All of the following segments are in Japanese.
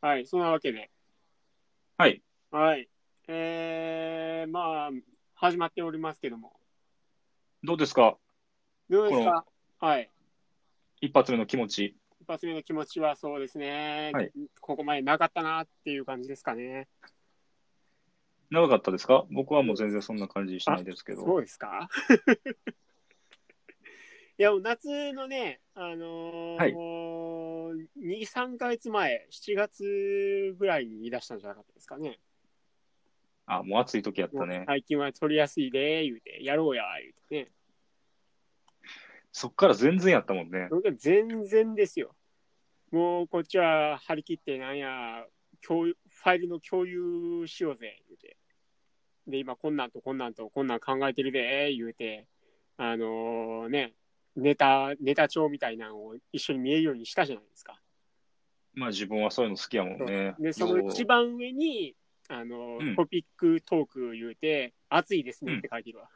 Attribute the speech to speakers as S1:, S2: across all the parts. S1: はい、そんなわけで。
S2: はい。
S1: はい。えー、まあ、始まっておりますけども。
S2: どうですか
S1: どうですかはい。
S2: 一発目の気持ち。
S1: 一発目の気持ちはそうですね。
S2: はい
S1: ここまでなかったなっていう感じですかね。
S2: 長かったですか僕はもう全然そんな感じしないですけど。
S1: そうですか いや、もう夏のね、あのー
S2: はい
S1: 2、3ヶ月前、7月ぐらいに言い出したんじゃなかったですかね。
S2: あ、もう暑い時やったね。
S1: 最近は取りやすいで、言うて、やろうや、言うてね。
S2: そっから全然やったもんね。
S1: それが全然ですよ。もうこっちは張り切ってなんや、共有ファイルの共有しようぜ、言うて。で、今こんなんとこんなんとこんなん考えてるで、言うて、あのね、ネタ、ネタ帳みたいなのを一緒に見えるようにしたじゃないですか。
S2: まあ自分はそういうの好きやもんね。
S1: で、その一
S2: よ
S1: 番上に、あの
S2: うん
S1: トピックトークを言うて、暑いですねって書いてるわ。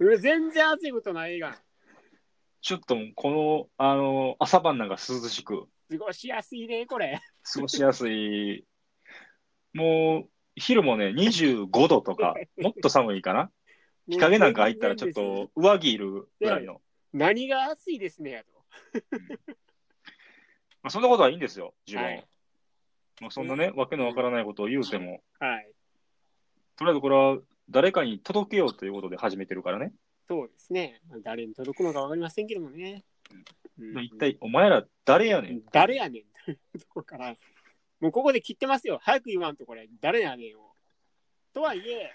S1: 俺全然暑いことないがん。
S2: うちょっともうこの、あの、朝晩なんか涼しく、
S1: 過ごしやすいね、これ。
S2: 過ごしやすい。もう、昼もね、25度と か、もっと寒いかな日陰なんか入ったらちょっと上着いるぐらいの。
S1: 何が暑いですねやと。
S2: まあそんなことはいいんですよ、自分。
S1: はい
S2: まあそんなね、わけのわからないことを言うても、
S1: はい。
S2: とりあえずこれは誰かに届けようということで始めてるからね。
S1: そうですね。誰に届くのか分かりませんけどもね。うん
S2: 一体、お前ら誰やねん。
S1: 誰やねん というとこから。もうここで切ってますよ。早く言わんとこれ、誰やねんを。とはいえ、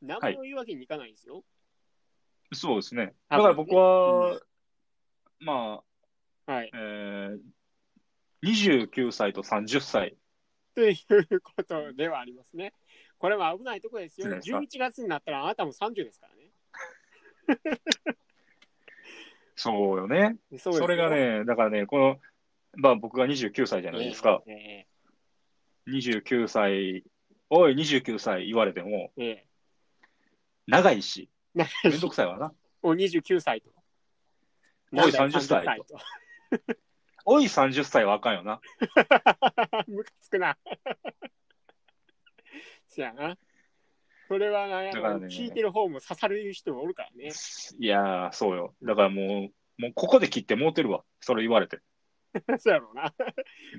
S1: 名前を言うわけにいかないですよ。
S2: そうですね。だから僕は、まあ、
S1: はい。
S2: えー、29歳と30歳。
S1: ということではありますね。これは危ないとこですよ。
S2: そうですか
S1: 11月になったらあなたも30ですからね。
S2: そうよね。
S1: そ
S2: それが、ね、だからね、この、まあ僕が29歳じゃないですか。
S1: ええ。
S2: 29歳、おい29歳言われても、
S1: ええ。え
S2: 長いし、
S1: えな
S2: めんどくさいわな。
S1: お29歳と。
S2: おい30歳と
S1: と。
S2: おい30歳はあかんよな。
S1: ムカつくな。そやな。それはなんや
S2: だ
S1: ろ
S2: からね
S1: 聞いてる方も刺される人もおるからね。
S2: いやー、そうよ。だからもう、もうここで切ってもうてるわ。それ言われて。
S1: そうやろうな。う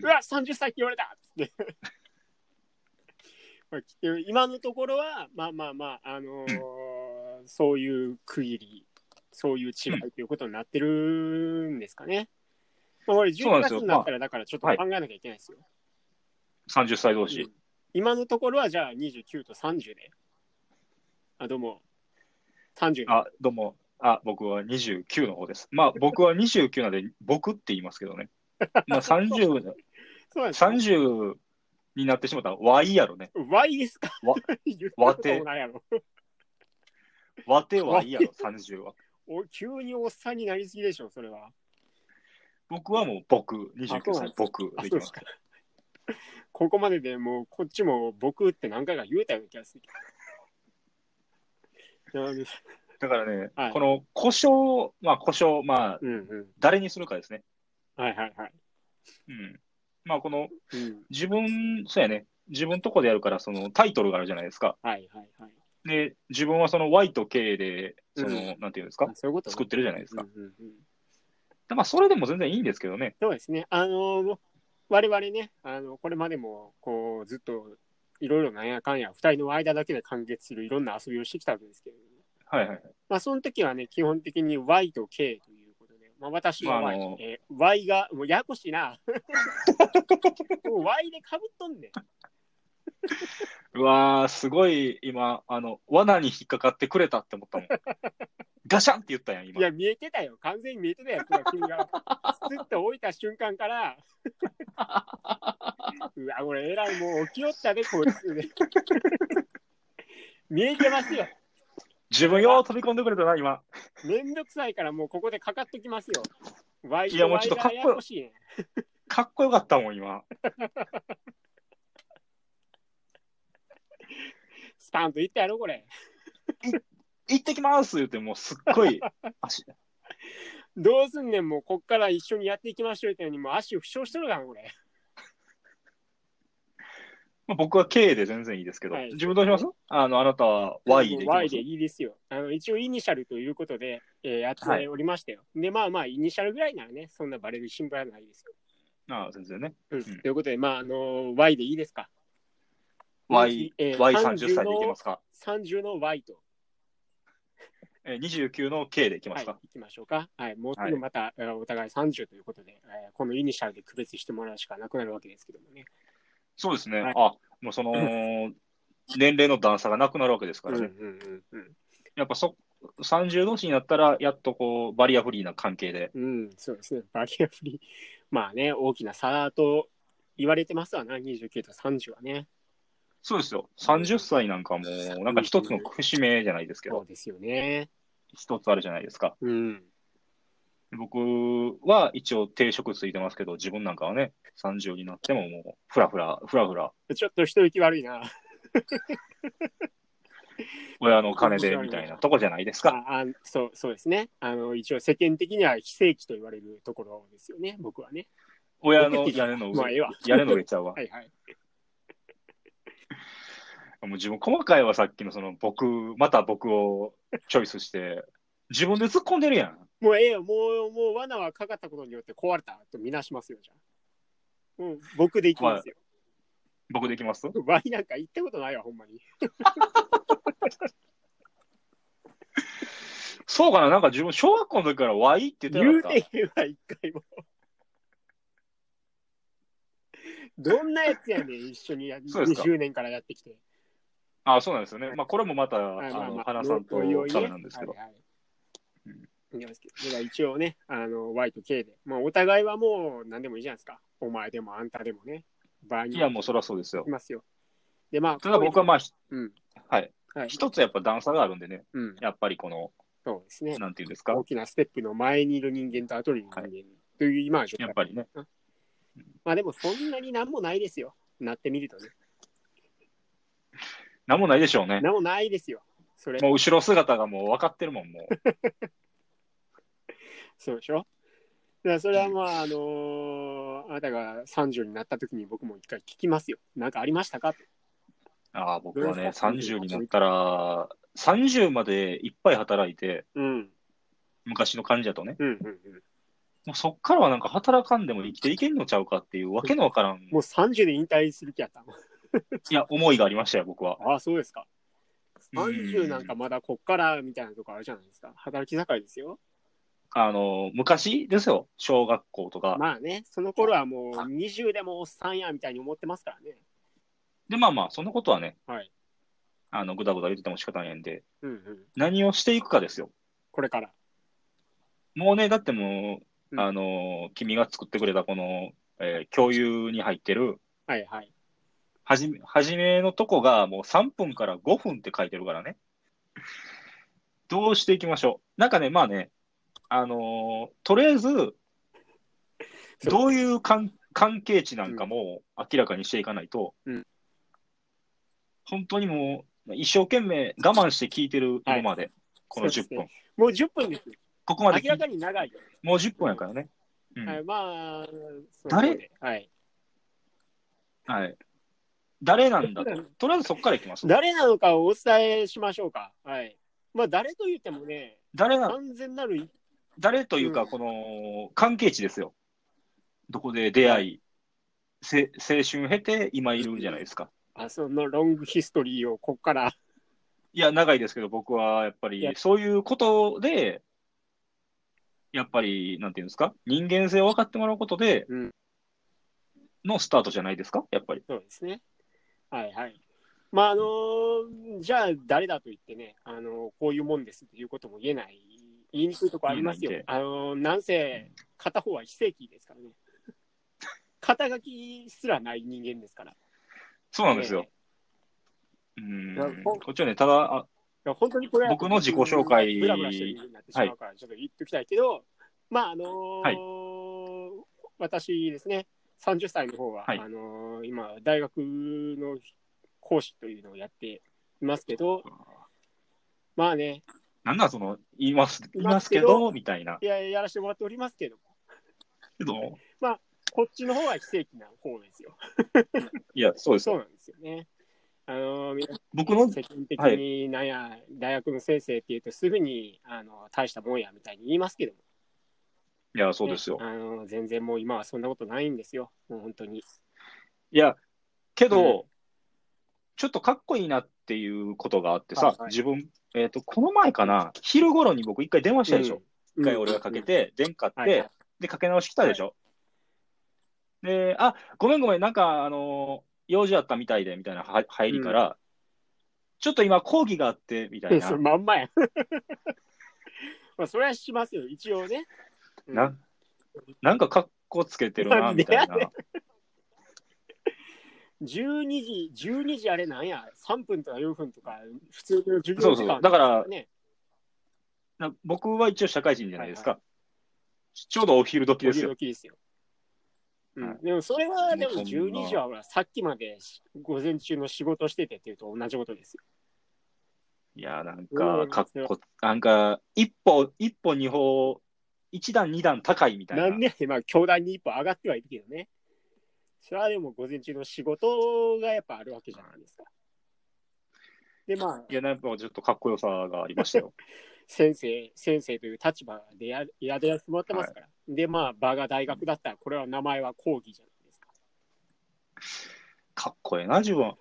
S1: わ、30歳って言われたっつって。 まあきっと今のところは、まあまあまあ、あのーそういう区切り、そういう違いということになってるんですかね。まあ、俺、
S2: そうな
S1: 12
S2: んです
S1: 月
S2: よ
S1: になったら、だからちょっと
S2: ま
S1: 考
S2: あ
S1: えなきゃいけないですよ。
S2: 30歳同
S1: う
S2: 士
S1: ん。今のところはじゃあ29と30で。あ、どうも。30
S2: あ、どうも。あ、僕は29の方です。まあ、僕は29なんで、僕って言いますけどね。まあ、30、
S1: そうなんですね。
S2: 30になってしまったら、わいやろね。
S1: Y ですか
S2: わ
S1: 言ったこともないやろ。
S2: わてはいやろ、30は。
S1: お急におっさんになりすぎでしょ、それは。
S2: 僕はもう僕、
S1: あ
S2: 29歳、僕
S1: あ
S2: で
S1: そうで
S2: きま
S1: す
S2: す
S1: か。ここまででもう、こっちも僕って何回か言えたような気がするけど。なるほ
S2: だからね、
S1: はい
S2: この故障、まあ、故障、まあ、
S1: どうんう
S2: 誰にするかですね。
S1: ん。はいはいはい。
S2: うん。まあ、この、
S1: うん。
S2: 自分、そうやね。自分とこでやるから、そのタイトルがあるじゃないですか。
S1: はいはいはい。
S2: で、自分はその Y と K で、その、
S1: うん
S2: なんていうんです
S1: あ
S2: か、
S1: そういうことね
S2: 作ってるじゃないですか。
S1: うんうんうん
S2: でまあ、それでも全然いいんですけどね。
S1: そうですね。あの、我々ね、あの、これまでも、こう、ずっと、いろいろなんやかんや、二人の間だけで完結するいろんな遊びをしてきたわけですけれども、
S2: はいはい。
S1: まあ、その時はね、基本的に Y と K ということで、まあ、私は
S2: まああ
S1: Y、
S2: の
S1: えー Y が、もうややこしいな。 もう Y でかぶっとんねん。
S2: うわー、すごい、今、あの、罠に引っかかってくれたって思った もん。ガシャンって言ったやん、
S1: い
S2: 今。
S1: や、見えてたよ。完全に見えてたよ。君 が、スッと置いた瞬間から、うわ、俺、えらい、もう起きよったで、こいつ。 見えてますよ。
S2: 自分よう飛び込んでくれたな、今。
S1: めんどくさいから、もうここでかかっときますよ。ワイ
S2: いやもうちょっとかっこ
S1: ワイ
S2: よ
S1: がややこしいね。
S2: かっこよかったもん、今。
S1: スパンと言ったやろ、これ。
S2: 行ってきます言って、もうすっごい、足、
S1: どうすんねん、もうこっから一緒にやっていきましょうってのに、もう足負傷しとるから、これ。
S2: まあ、僕は K で全然いいですけど、
S1: はい
S2: 自分どうしますあの、あなたは Y でいきま
S1: Y
S2: す
S1: でいいですよ。あの一応、イニシャルということで、えーやっておりましたよ。で、まあまあ、イニシャルぐらいならね、そんなバレる心配はないですよ。
S2: ああ、全然ね。
S1: うん
S2: ん
S1: ということで、まあ、あの Y でいいですか。
S2: Y、
S1: えー
S2: Y30 歳でいきますか。
S1: 30の Y と。
S2: えー29の K でいきます
S1: は
S2: か。
S1: い、行きましょうか。はい、もうすぐまた、えーお互い30ということで、えーこのイニシャルで区別してもらうしかなくなるわけですけどもね。
S2: そうですね。
S1: はい
S2: あ、もうそ の、年齢の段差がなくなるわけですか
S1: うん
S2: ら
S1: う
S2: ね。
S1: んうん
S2: やっぱそ、30同士になったら、やっとこう、バリアフリーな関係で。
S1: うん、うん、そうですね。バリアフリー。 まあね、大きな差と言われてますわな、29と30はね。
S2: そうですよ。30歳なんかもう、なんか一つの節目じゃないですけ
S1: そ
S2: ど
S1: う、ですよね。
S2: 一つあるじゃないですか。
S1: うん。
S2: 僕は一応定職ついてますけど、自分なんかはね、30になってももう、ふらふら、ふらふら、
S1: ちょっと人行き悪いな。
S2: 親の金でみたいなとこじゃないですか。
S1: ああそうそうですねあの。一応世間的には非正規と言われるところですよね、僕はね。
S2: 親の屋根の
S1: まあええ
S2: 上
S1: わ、
S2: 屋根の上ちゃうわ
S1: は。いはい。
S2: もう自分、細かいはさっきのその僕、また僕をチョイスして、自分で突っ込んでるやん。
S1: もうええよ、もう、もう罠はかかったことによって壊れたとみなしますよ、じゃあ。うん、僕で行きますよ。
S2: 僕できます
S1: ワイなんか行ったことないわ、ほんまに。
S2: そうかななんか自分、小学校の時から Y って言って
S1: 言
S2: な
S1: う
S2: かった。
S1: てへんわ、一回も。どんなやつやねん、一緒にや
S2: そうですか
S1: 20年からやってきて。
S2: あそうなんですよね。まあ、これもまた、
S1: はい
S2: あの、花さんと
S1: おいおいね
S2: 彼なんですけど
S1: は。いはいいいですけどだから一応ね、あの、Y と K で。まあ、お互いはもう何でもいいじゃないですか。お前でもあんたでもね。場合に
S2: い
S1: よ
S2: や、もうそりゃそうですよ
S1: い。ますよ。で、まあ、
S2: ただ僕はまあ、ひ
S1: うん、
S2: はい。
S1: はい、
S2: 一つやっぱ段差があるんでね、
S1: うん、
S2: やっぱりこの、
S1: そうですね。
S2: なんていうんですか
S1: 大、きなステップの前にいる人間と後にいる人間という今は状
S2: や
S1: 態。
S2: っぱりね、
S1: まあでもそんなになんもないですよ。なってみるとね。
S2: なんもないでしょうね。
S1: なんもないですよ。それ、
S2: もう後ろ姿がもう分かってるもん、もう。
S1: そうでしょだからそれはまあ、あのーあなたが30になった時に僕も一回聞きますよ。なんかありましたかって
S2: ああ、僕はね、
S1: どうですか
S2: 30になったら、30までいっぱい働いて、
S1: うん。
S2: 昔の感じだとね、
S1: うんうんうん。
S2: もうそっからはなんか働かんでも生きていけんのちゃうかっていうわけのわからん、
S1: もう30で引退する気やったの。
S2: いや、思いがありましたよ、僕は。
S1: ああ、そうですか。
S2: うん
S1: 30なんかまだこっからみたいなとこあるじゃないですか。働き盛りですよ。
S2: あの、昔ですよ、小学校とか。
S1: まあね、その頃はもう20でもおっさんやみたいに思ってますからね。
S2: で、まあまあ、そんなことはね、
S1: はい
S2: あの、ぐだぐだ言ってても仕方ないんで、
S1: うんうん。
S2: 何をしていくかですよ。
S1: これから。
S2: もうね、だっても
S1: う
S2: う、
S1: ん
S2: あの、君が作ってくれたこの、えー共有に入ってる、
S1: はいはい。
S2: はじめ、はじめのとこがもう3分から5分って書いてるからね。どうしていきましょう。なんかね、まあね、あのーとりあえず、どういう関関係値なんかも明らかにしていかないと、
S1: うん
S2: 本当にもう、一生懸命我慢して聞いてる今まで、この
S1: そうで
S2: 10
S1: すね
S2: 分。
S1: もう10分ですよ。
S2: ここまで
S1: 明
S2: 聞
S1: ら
S2: いて、
S1: かに長いよ。
S2: もう10分やからね。うん
S1: はい、まあ、そう
S2: 誰
S1: はい。
S2: はい。誰なんだと。とりあえずそこからいきます。
S1: 誰なのかをお伝えしましょうか。はい。まあ、誰と言ってもね、
S2: 誰な、
S1: 完全なる、
S2: 誰という
S1: う
S2: か、
S1: ん
S2: この関係値ですよ。どこで出会い、せ青春経て今いるじゃないですか。
S1: あそのロングヒストリーをここから、
S2: いや、長いですけど、僕はやっぱ
S1: いや
S2: り、そういうことで、やっぱり、なんていうんですか、人間性を分かってもらうことで
S1: うん、
S2: のスタートじゃないですか、やっぱり。
S1: そうですね。はいはい。まあ、あのじゃあ誰だと言ってね、あのこういうもんですということも言えない、言いにくいとこありますよ
S2: 言え。
S1: あのなんせ、片方は非正規ですから ね。肩書きすらない人間ですから。
S2: そうなんですよ
S1: え。
S2: うん
S1: やほん
S2: こっちはね、ただ、あ
S1: いや本当にこれは
S2: 僕の自己紹介
S1: ブラブラしてるようになってしまうから、ちょっと言っときたいけど、まあ、あのー
S2: は
S1: 私ですね、30歳の方は、
S2: はい
S1: あのー今、大学の講師というのをやっていますけど、まあね、
S2: なんなんその、言います、
S1: い
S2: い
S1: ま
S2: ますす
S1: け
S2: け
S1: ど
S2: ど、みたいな。
S1: いや、やらせてもらっておりますけど、
S2: けど、
S1: こっちの方が非正規な方ですよ。
S2: いや、そうです
S1: そう。なんですよね。あの、皆さん
S2: 僕の、
S1: 世間的
S2: は
S1: に、なんや、大学の先生っていうとすぐに、あの、大したもんやみたいに言いますけども、ね
S2: いや、そうですよ。
S1: あの、全然もう今はそんなことないんですよ。もう本当に。
S2: いや、け
S1: うん
S2: ど、ちょっとかっこいいなっていうことがあって
S1: はい
S2: さ
S1: は、い
S2: 自分、えっと、この前かな、昼頃に僕一回電話したでしょ。
S1: うん。
S2: 一回俺がかけて、電化っ
S1: はいはい
S2: て、で、かけ直し来たでしょ。で、あ、ごめんごめん、なんか、あのー、用事あったみたいで、みたいなは入りから、ちょっと今、講義があって、みた
S1: う
S2: い
S1: ん、そ
S2: な
S1: の。 まんまや。まあ、それはしますよ、一応ね。うん
S2: ななんか、かっこつけてる
S1: な
S2: な、
S1: んで
S2: みたいな。
S1: 12時、12時あれなんや、3分とか4分とか、普通の授
S2: そ
S1: 業
S2: う
S1: 時
S2: そう
S1: 間
S2: だから
S1: ね、
S2: な僕は一応社会人じゃないですか。ちょうどお昼時
S1: お
S2: です
S1: 昼
S2: よ。
S1: 時ですよ。う
S2: は
S1: ん、でもそれは、でも
S2: もうそんな
S1: 12時はほらさっきまでし午前中の仕事しててっていうと同じことですよ。
S2: いやー、なん
S1: う
S2: か、
S1: ん
S2: かっこ、なんか、一歩、一歩、二歩、一段、二段高いみたいな。
S1: なんで、まあ、教団に一歩上がってはいるけどね。それはでも午前中の仕事がやっぱあるわけじゃないですか。で、まあ、
S2: いや、なんかちょっとかっこよさがありましたよ。
S1: 先生、先生という立場でややらせてもらってますから。で、まあ、場が大学だったら、これは名前は講義じゃないですか。
S2: かっこええな、自分。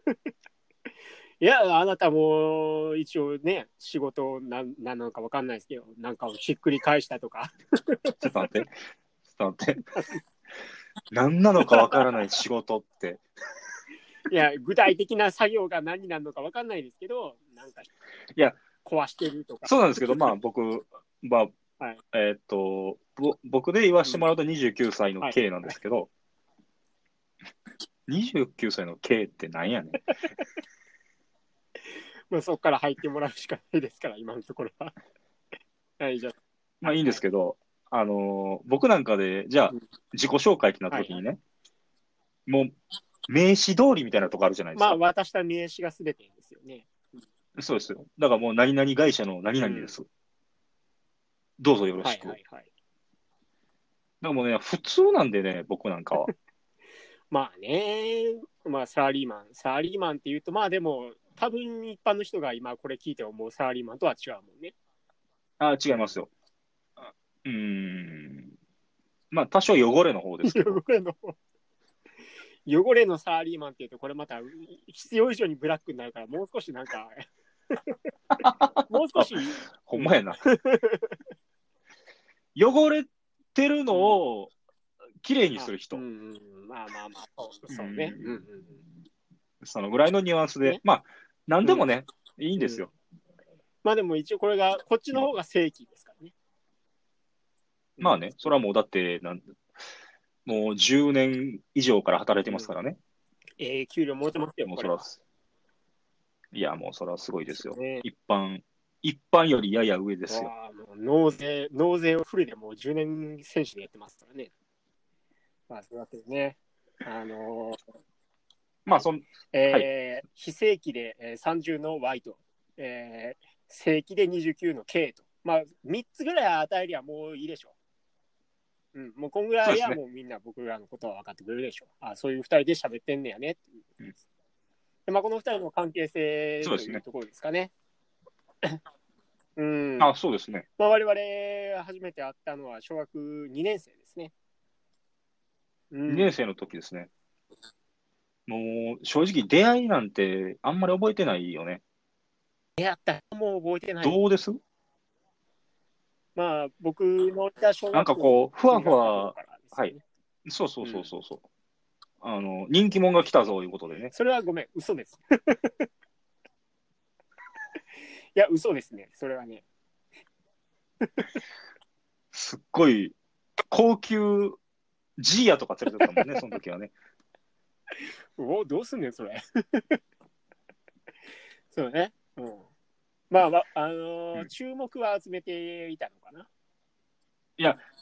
S1: いや、あなたも一応ね、仕事なんなんなのかわかんないですけど、なんかをひっくり返したと か、
S2: ちょっと待って。ちょっと待って。何なのかわからない仕事って。
S1: いや、具体的な作業が何になるのかわかんないですけど、なんか、い
S2: や、
S1: 壊してるとか。
S2: そうなんですけど、まあ僕、まあ、
S1: はい
S2: えーっと、ぼ僕で言わせてもらうと29歳の K なんですけど、29歳の K ってなんやねん。
S1: まあ、そこから入ってもらうしかないですから、今のところは。 はい、じゃあ
S2: まあいいんですけど、あのー僕なんかで、じゃあ
S1: うん、
S2: 自己紹介ってなった時にね、もう、名刺通りみたいなとこあるじゃないです
S1: ま
S2: か。
S1: あ、渡した名刺が全てですよね。
S2: そうですよ。だからもう、何々会社の何々です。どうぞよろ
S1: は
S2: し
S1: い
S2: く。
S1: はいはい。
S2: だからもうね、普通なんでね、僕なんかは。
S1: まあね、まあ、サラリーマン、サラリーマンっていうと、まあでも、多分一般の人が今これ聞いて思うサラリーマンとは違うもんね。
S2: あ、違いますよ。あうーん。まあ、多少汚れの方ですけど。
S1: 汚れの、汚れのサラリーマンっていうと、これまた必要以上にブラックになるから、もう少しなん か、もう少し、
S2: ほん まやな。汚れてるのを、綺麗にする人
S1: うん。うん、まあまあまあ、そうそうね。
S2: うん
S1: うんうん
S2: そのぐらいのニュアンス
S1: ね
S2: で、まあ、なんでもね、いいんですよ。
S1: まあでも一応これが、こっちの方が正規ですからね。
S2: まあね、それはもうだってなん、もう10年以上から働いてますからね。
S1: ええ給料もらってますよ、
S2: もう
S1: これ
S2: そら
S1: は。、
S2: いや、もうそらすごいですよ。
S1: ね
S2: 一般、一般よりやや上ですよ。
S1: わあもう納税、納税をフルでもう10年選手でやってますからね。まあ、そうだけどね。あのー
S2: まあ、そん、
S1: えー非正規でえー30の Y と、えー正規で29の K と、まあ、3つぐらい与えりゃもういいでしょう。うん、もうこんぐらいは
S2: そうです
S1: もうみんな僕らのことは分かってくれるでしょう。あそういう2人で喋ってんねやねっていう
S2: うん
S1: でまあ、この2人の関係性
S2: そ
S1: と
S2: うです
S1: い
S2: ね
S1: うところですかね。うん、
S2: あ、そうですね。
S1: まあ、我々初めて会ったのは小学2年生ですね。う
S2: 2
S1: ん、
S2: 年生の時ですね。もう、正直、出会いなんて、あんまり覚えてないよね。
S1: やったもう覚えてない。
S2: どうです
S1: まあ僕のいた小学
S2: なんかこう、ふわふわ、
S1: は
S2: はいい。そうそうそうそうそう。あの、人気者が来たぞ、いうことでね。
S1: それはごめん、嘘です。 いや、嘘ですね。それはね。
S2: すっごい、高級ジーヤとか連れてった もんね、その時はね。
S1: おお、どうすんねん、それ。 そうね。うん。まあ、わあのー
S2: うん
S1: 注目は集めていたのかな。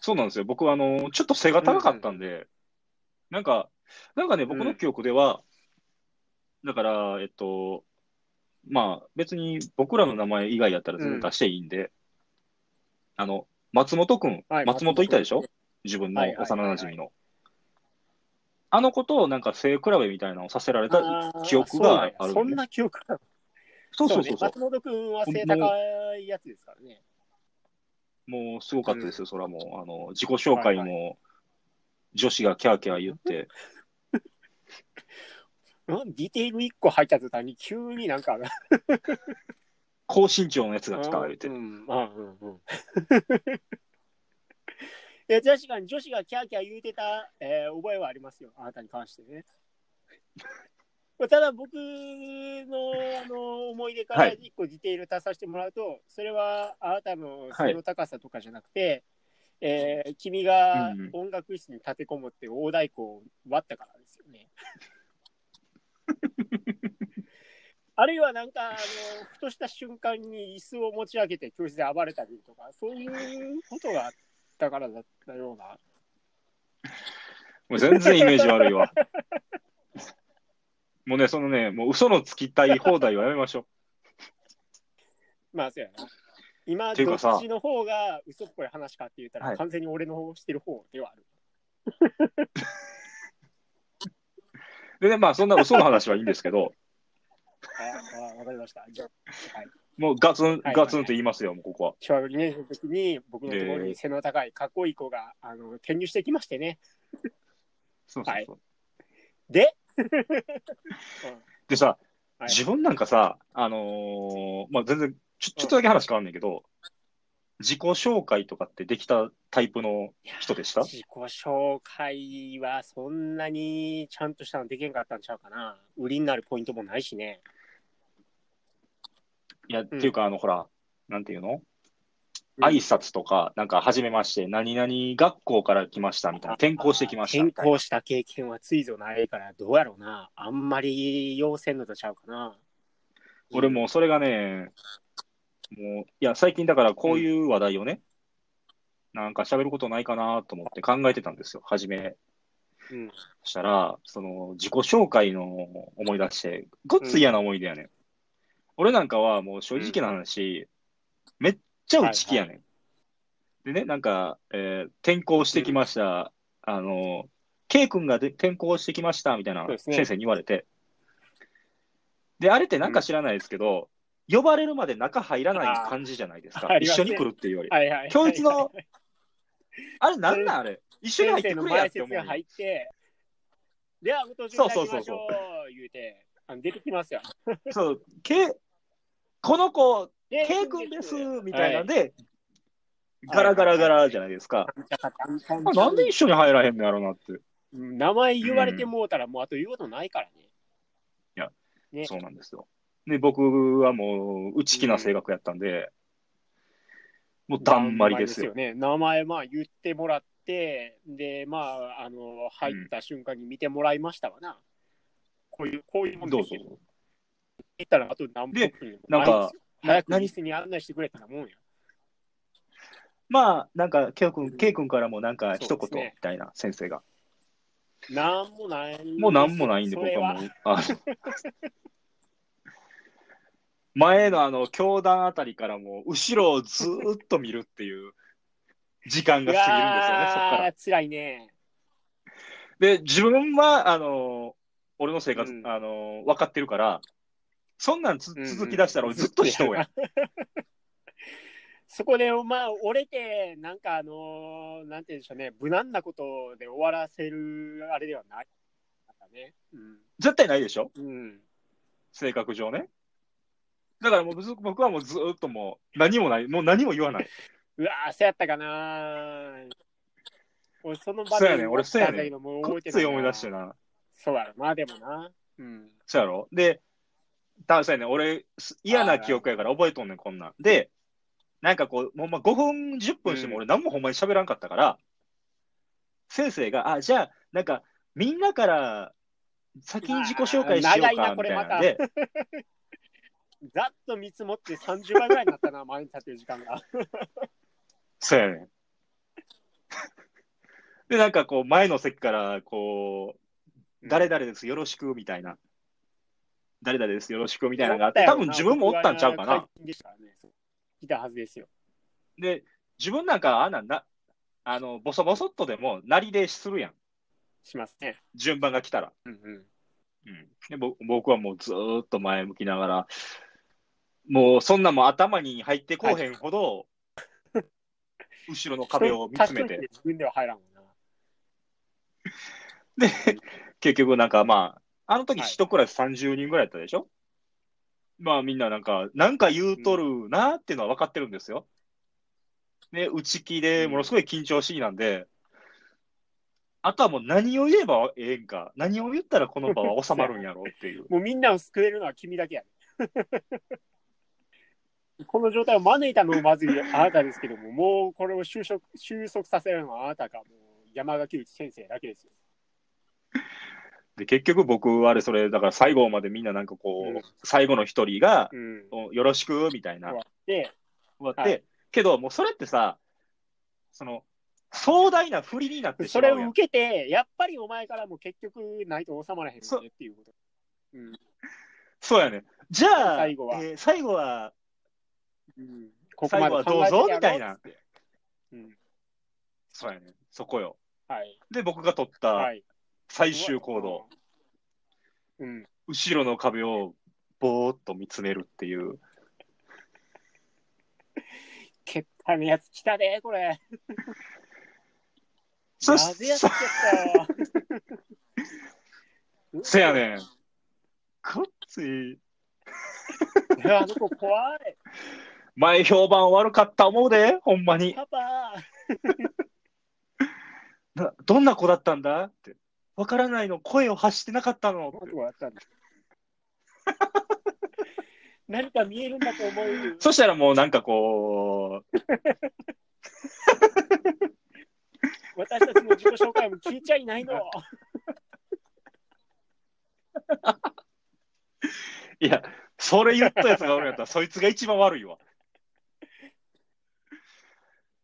S2: そうなんですよ。僕は、あの、ちょっと背が高かったんで、なんか、なんかね、僕の記憶では、だから、えっと、まあ別に僕らの名前以外だったら全然出していいんで、あの、松本くん、
S1: はい
S2: 松本いたでしょ自分の
S1: はいはいはい
S2: 幼馴染の。あの子となんか背比べみたいなのをさせられた。
S1: あー
S2: 記憶があるんで
S1: そうなんやそんな記憶が
S2: そうそうそう
S1: ね、
S2: そう
S1: 松本君は背高いやつですからね。
S2: もうすごかったですよ、それはもう、あの、自己紹介
S1: はい
S2: も、女子がキャーキャー言って、
S1: うんディテール一個入った途端に急になんか。
S2: 高身長のやつが来た、言って
S1: う。ん、あうんうん。 いや確かに女子がキャーキャー言うてた、えー覚えはありますよ、あなたに関してね。 ただ僕のあの思い出から
S2: はい
S1: 一個ディテール足させてもらうと、それはあなたの背の高さとかじゃなくて、えー君が
S2: うんうん
S1: 音楽室に立てこもって大太鼓を割ったからですよ ね。あるいはなんか、あの、ふとした瞬間に椅子を持ち上げて教室で暴れたりとか、そういうことがあったからだったような。
S2: もう全然イメージ悪いわ。 もうね、そのね、もう嘘のつきたい放題はやめましょう。
S1: まあ、そうやな。今、
S2: ていう
S1: ど
S2: かさ
S1: っちの方が嘘っぽい話かって言ったら、
S2: はい
S1: 完全に俺の方してる方ではある。
S2: でね、まあそんな嘘の話はいいんですけど、
S1: ああ、わかりました。じゃあ、はい。
S2: もうガツン、
S1: はい
S2: ガツンと言いますよ、もうここは。
S1: 小学2年生の時に、僕のところ
S2: えー
S1: に背の高い、かっこいい子が、あの、転入してきましてね。
S2: そうそうそう。
S1: はいで、
S2: でさ、
S1: はい
S2: 自分なんかさ、あのーまあ全然ちょ、ちょっとだけ話変わんねんけど、自己紹介とかってできたタイプの人でした
S1: 自己紹介はそんなにちゃんとしたのできんかったんちゃうかな。売りになるポイントもないしね。
S2: いや、っていうか、あの、ほら、なんていうの挨拶とか、なんか、初めまして、何々学校から来ましたみたいな、転校してきましたみ
S1: 転
S2: たいな。
S1: 校した経験はついぞないから、どうやろうな。あんまり要せんのとちゃうかな。
S2: 俺もうそれがね、もう、いや、最近だからこういう話題をね、なんか喋ることないかなと思って考えてたんですよ、初め。
S1: うん。
S2: そしたら、その、自己紹介の思い出して、ごっつ嫌な思い出やねん。俺なんかはもう正直な話、めっちゃ内気やねん。でね、なんか、えー転校してきました。あの、K 君がで転校してきました、みたいな
S1: そうですね
S2: 先生に言われて。で、あれってなんか知らないですけど、呼ばれるまで中入らない感じじゃないです
S1: あー
S2: か。
S1: あり
S2: 一
S1: ます
S2: 緒
S1: ね
S2: に来るっていうより。
S1: はいはい、はい。
S2: 教室の、あれなんなんあれ一緒に入
S1: 先
S2: って
S1: 生
S2: く
S1: の
S2: れやっ
S1: 前
S2: て思
S1: 説
S2: うよ
S1: が。入って、では、ご登場いただきましょう、言うて、あの出てきますよ。
S2: そう、けこの子、
S1: で
S2: K 君です
S1: めっ、
S2: みたいなんで、ガラガラガラじゃないですか。
S1: ちゃかった
S2: あなんで一緒に入らへんのやろうなって。
S1: うん名前言われてもうたら、もうあと言うことないからね。ね
S2: そうなんですよ。で、僕はもう、内気な性格やったんで、もう、だんまりですよ。
S1: ね。名前、まあ言ってもらって、で、まあ、あの、入った瞬間に見てもらいましたわな。こういう、こういうもん
S2: ど
S1: で
S2: う
S1: す
S2: ぞ
S1: よ。。言ったら、あと何分
S2: で
S1: 分も
S2: なんか
S1: いですよ、早
S2: な
S1: くリスに案内してくれたらもんや。
S2: まあ、なんか、K 君、K 君からもなんか、
S1: そ
S2: 一
S1: うです
S2: 言、み
S1: ね
S2: たいな、先生が。
S1: なんもないですよ。
S2: もうなんもないんで、
S1: そ
S2: 僕
S1: れ
S2: はもう。あの前のあの、教団あたりからもう、後ろをずーっと見るっていう時間が過ぎるんですよね、そこから
S1: うわ。ー辛いね。
S2: で、自分は、あの、俺の生活、
S1: うん
S2: あの、分かってるから、そんなんつ
S1: うんうん
S2: 続き出したら俺ずっと人や。
S1: そこで、まあ、折れて、なんか、あのーなんて言うんでしょうね、無難なことで終わらせるあれではない。ね、
S2: 絶対ないでしょ
S1: うん。うん。
S2: 性格上ね。だからもうず僕はもうずっともう何もない、もう何も言わない。
S1: うわー、そうやったかな俺、その場
S2: そう
S1: で
S2: やねん俺そうやねん
S1: だけど、もう
S2: こ
S1: 覚
S2: っ
S1: えて
S2: つ
S1: ないい。
S2: 思い出して。な。
S1: そうやろ、まあでもな。うん。
S2: そうやろで、たぶんそうやねん、俺す嫌な記憶やから覚えとんねん、こんなん。で、なんかこう、ほんま5分、10分しても俺何もほんまに喋らんかったから、先生が、あ、じゃあ、なんか、みんなから先に自己紹介しよ
S1: 長
S2: うか、
S1: い
S2: みた
S1: ないこれまた
S2: なんで、
S1: ざっと見積もって30倍ぐらいになった な、前に立ってる時間が。
S2: そうやねん。 で、なんかこう、前の席から、こう、誰々です、よろしく、みたいな。誰々です、よろしくみたいなのがあって、多分自分もおったんちゃうか
S1: 僕が
S2: な。。
S1: 解禁でしたからねそういたはずですよ。
S2: で、自分なんか、あんなんな、あの、ボソボソっとでも、なりでするやん。
S1: しますね。
S2: 順番が来たら。
S1: うんうん。
S2: うん、でぼ僕はもうずーっと前向きながら、もうそんなんも頭に入ってこうへんほど、後ろの壁を見つめ
S1: 人
S2: て、
S1: で自分では入らんもんな。
S2: で、結局なんかまあ、あの時
S1: はい
S2: 一クラス30人ぐらいだったでしょ、まあみんななんか、なんか言うとるなーっていうのは分かってるんですよ。で、内気でものすごい緊張しいなんで、あとはもう何を言えばええんか、何を言ったらこの場は収まるんやろうっていう。
S1: もうみんなを救えるのは君だけや、ね。 この状態を招いたのもまずいあなたですけども、もうこれを収束収束させるのはあなたか、もう山垣内先生だけですよ。
S2: で、結局僕、あれ、それ、だから最後までみんななんかこう、
S1: うん
S2: 最後の一人が、
S1: うん。
S2: およろしく、みたいな、
S1: 終わ
S2: 終
S1: って、
S2: わって、
S1: はい
S2: けど、もうそれってさ、その、壮大な振りになってし
S1: そ
S2: ま
S1: れ
S2: うや
S1: を
S2: ん。
S1: 受けて、やっぱりお前からも結局ないと収まらへんよねっていうこと。うん。
S2: そうやね。じゃあ、
S1: 最後は
S2: えー最後は、
S1: うん、ここまで考えて
S2: 最後はどう
S1: や
S2: ぞ
S1: ろ
S2: みたいな。
S1: うん。
S2: そうやね。そこよ。
S1: はい。
S2: で、僕が取った
S1: い。
S2: 最終行動、
S1: うん。
S2: 後ろの壁をぼーっと見つめるっていう。
S1: けったのやつ来たで、これ。
S2: そ
S1: なぜやってきたよ。
S2: せやねん。こっつい、
S1: いや。あの子怖い。
S2: 前評判悪かった思うで、ほんまに。
S1: パパ。
S2: などんな子だったんだって。わからないの、声を発してなかったのっ
S1: こんな
S2: て
S1: とこあった んだ。何か見えるんだと思う。
S2: そしたらもうなんかこう、
S1: 私たちの自己紹介も聞いちゃいない の。
S2: いや、それ言ったやつがおるんやったら、そいつが一番悪いわ。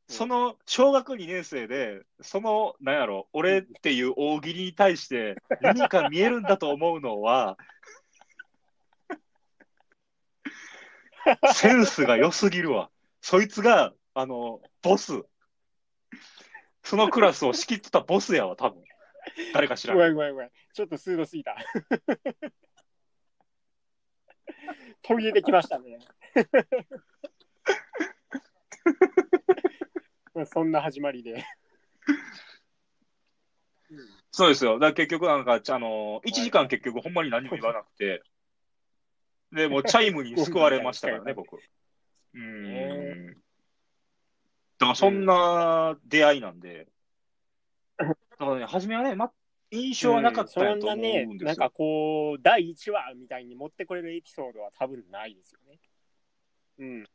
S2: その小学2年生で、その、なんやろ、俺っていう大喜利に対して、何か見えるんだと思うのは、センスが良すぎるわ。そいつが、あの、ボス。そのクラスを仕切ってたボスやわ、多分誰か知らん
S1: ご。めんごめんごめん。ちょっと数度すぎた。 途切れてきましたね。 そんな始まり で。
S2: そうですよ。だから結局なんか、ちあのー、1時間結局ほんまに何も言わなく て、で、もうチャイムに救われましたからね、僕。う
S1: へ
S2: ん。だからそんな出会いなんで、だからね、初めはね、ま、印象はなかったんや
S1: うん
S2: と
S1: そ
S2: 思
S1: ん
S2: うん
S1: な
S2: で
S1: ね、
S2: すよ。
S1: なんかこう、第1話みたいに持ってこれるエピソードは多分ないですよね。うん。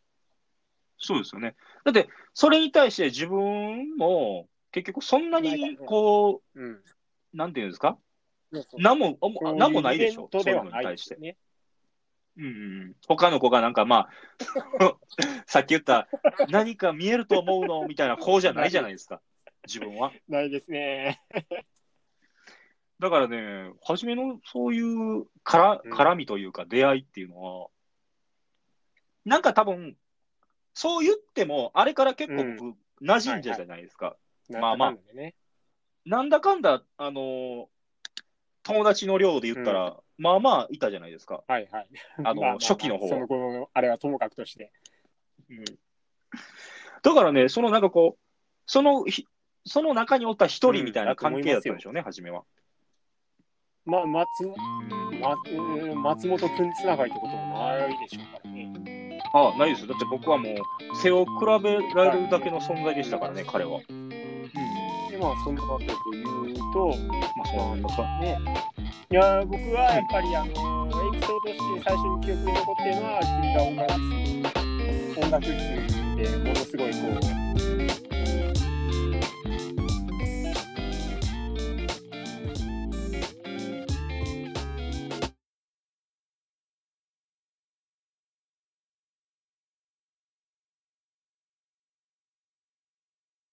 S2: そうですよね。だって、それに対して自分も、結局そんなに、こ
S1: うん。
S2: う、なんていうんですか
S1: そうそう
S2: 何も、
S1: こうう
S2: 何もないでし
S1: イ
S2: ょ。
S1: ベントでは
S2: そういうの
S1: な
S2: に
S1: い
S2: 対
S1: で
S2: し
S1: す
S2: て
S1: よ。ね。
S2: うんうん、他の子がなんかまあ、 さっき言った、何か見えると思うのみたいな子じゃないじゃないですか、自分は。
S1: ないですね。
S2: だからね、初めのそういうから
S1: うん
S2: 絡みというか、出会いっていうのは、なんか多分、そう言っても、あれから結構僕、馴染んじゃうじゃないですか。まあま
S1: な
S2: あ
S1: んだかんだでね。
S2: なんだかんだ、あのー友達の量で言ったら、まあまあいたじゃないですか、
S1: はいはい。
S2: あの、
S1: ままま
S2: 初期の方は
S1: その頃の、あれはともかくとして。
S2: うんだからね、そのなんかこう、そのひその中におった一人みたいな関係だったんでしょうね、初めは。
S1: まあ、松、ま、うん松本くんつながりってこともないでしょうからね。
S2: ああ、ないですよ。だって僕はもう、背を比べられるだけの存在でしたからね、彼は。うん。
S1: で、まあ、そんなことで言うと、
S2: まあ、そうなんだか。
S1: ね。いやー、僕はやっぱり、あのーエピソードとして最初に記憶に残ってるのは、君が音楽室、音楽室でものすごいこう、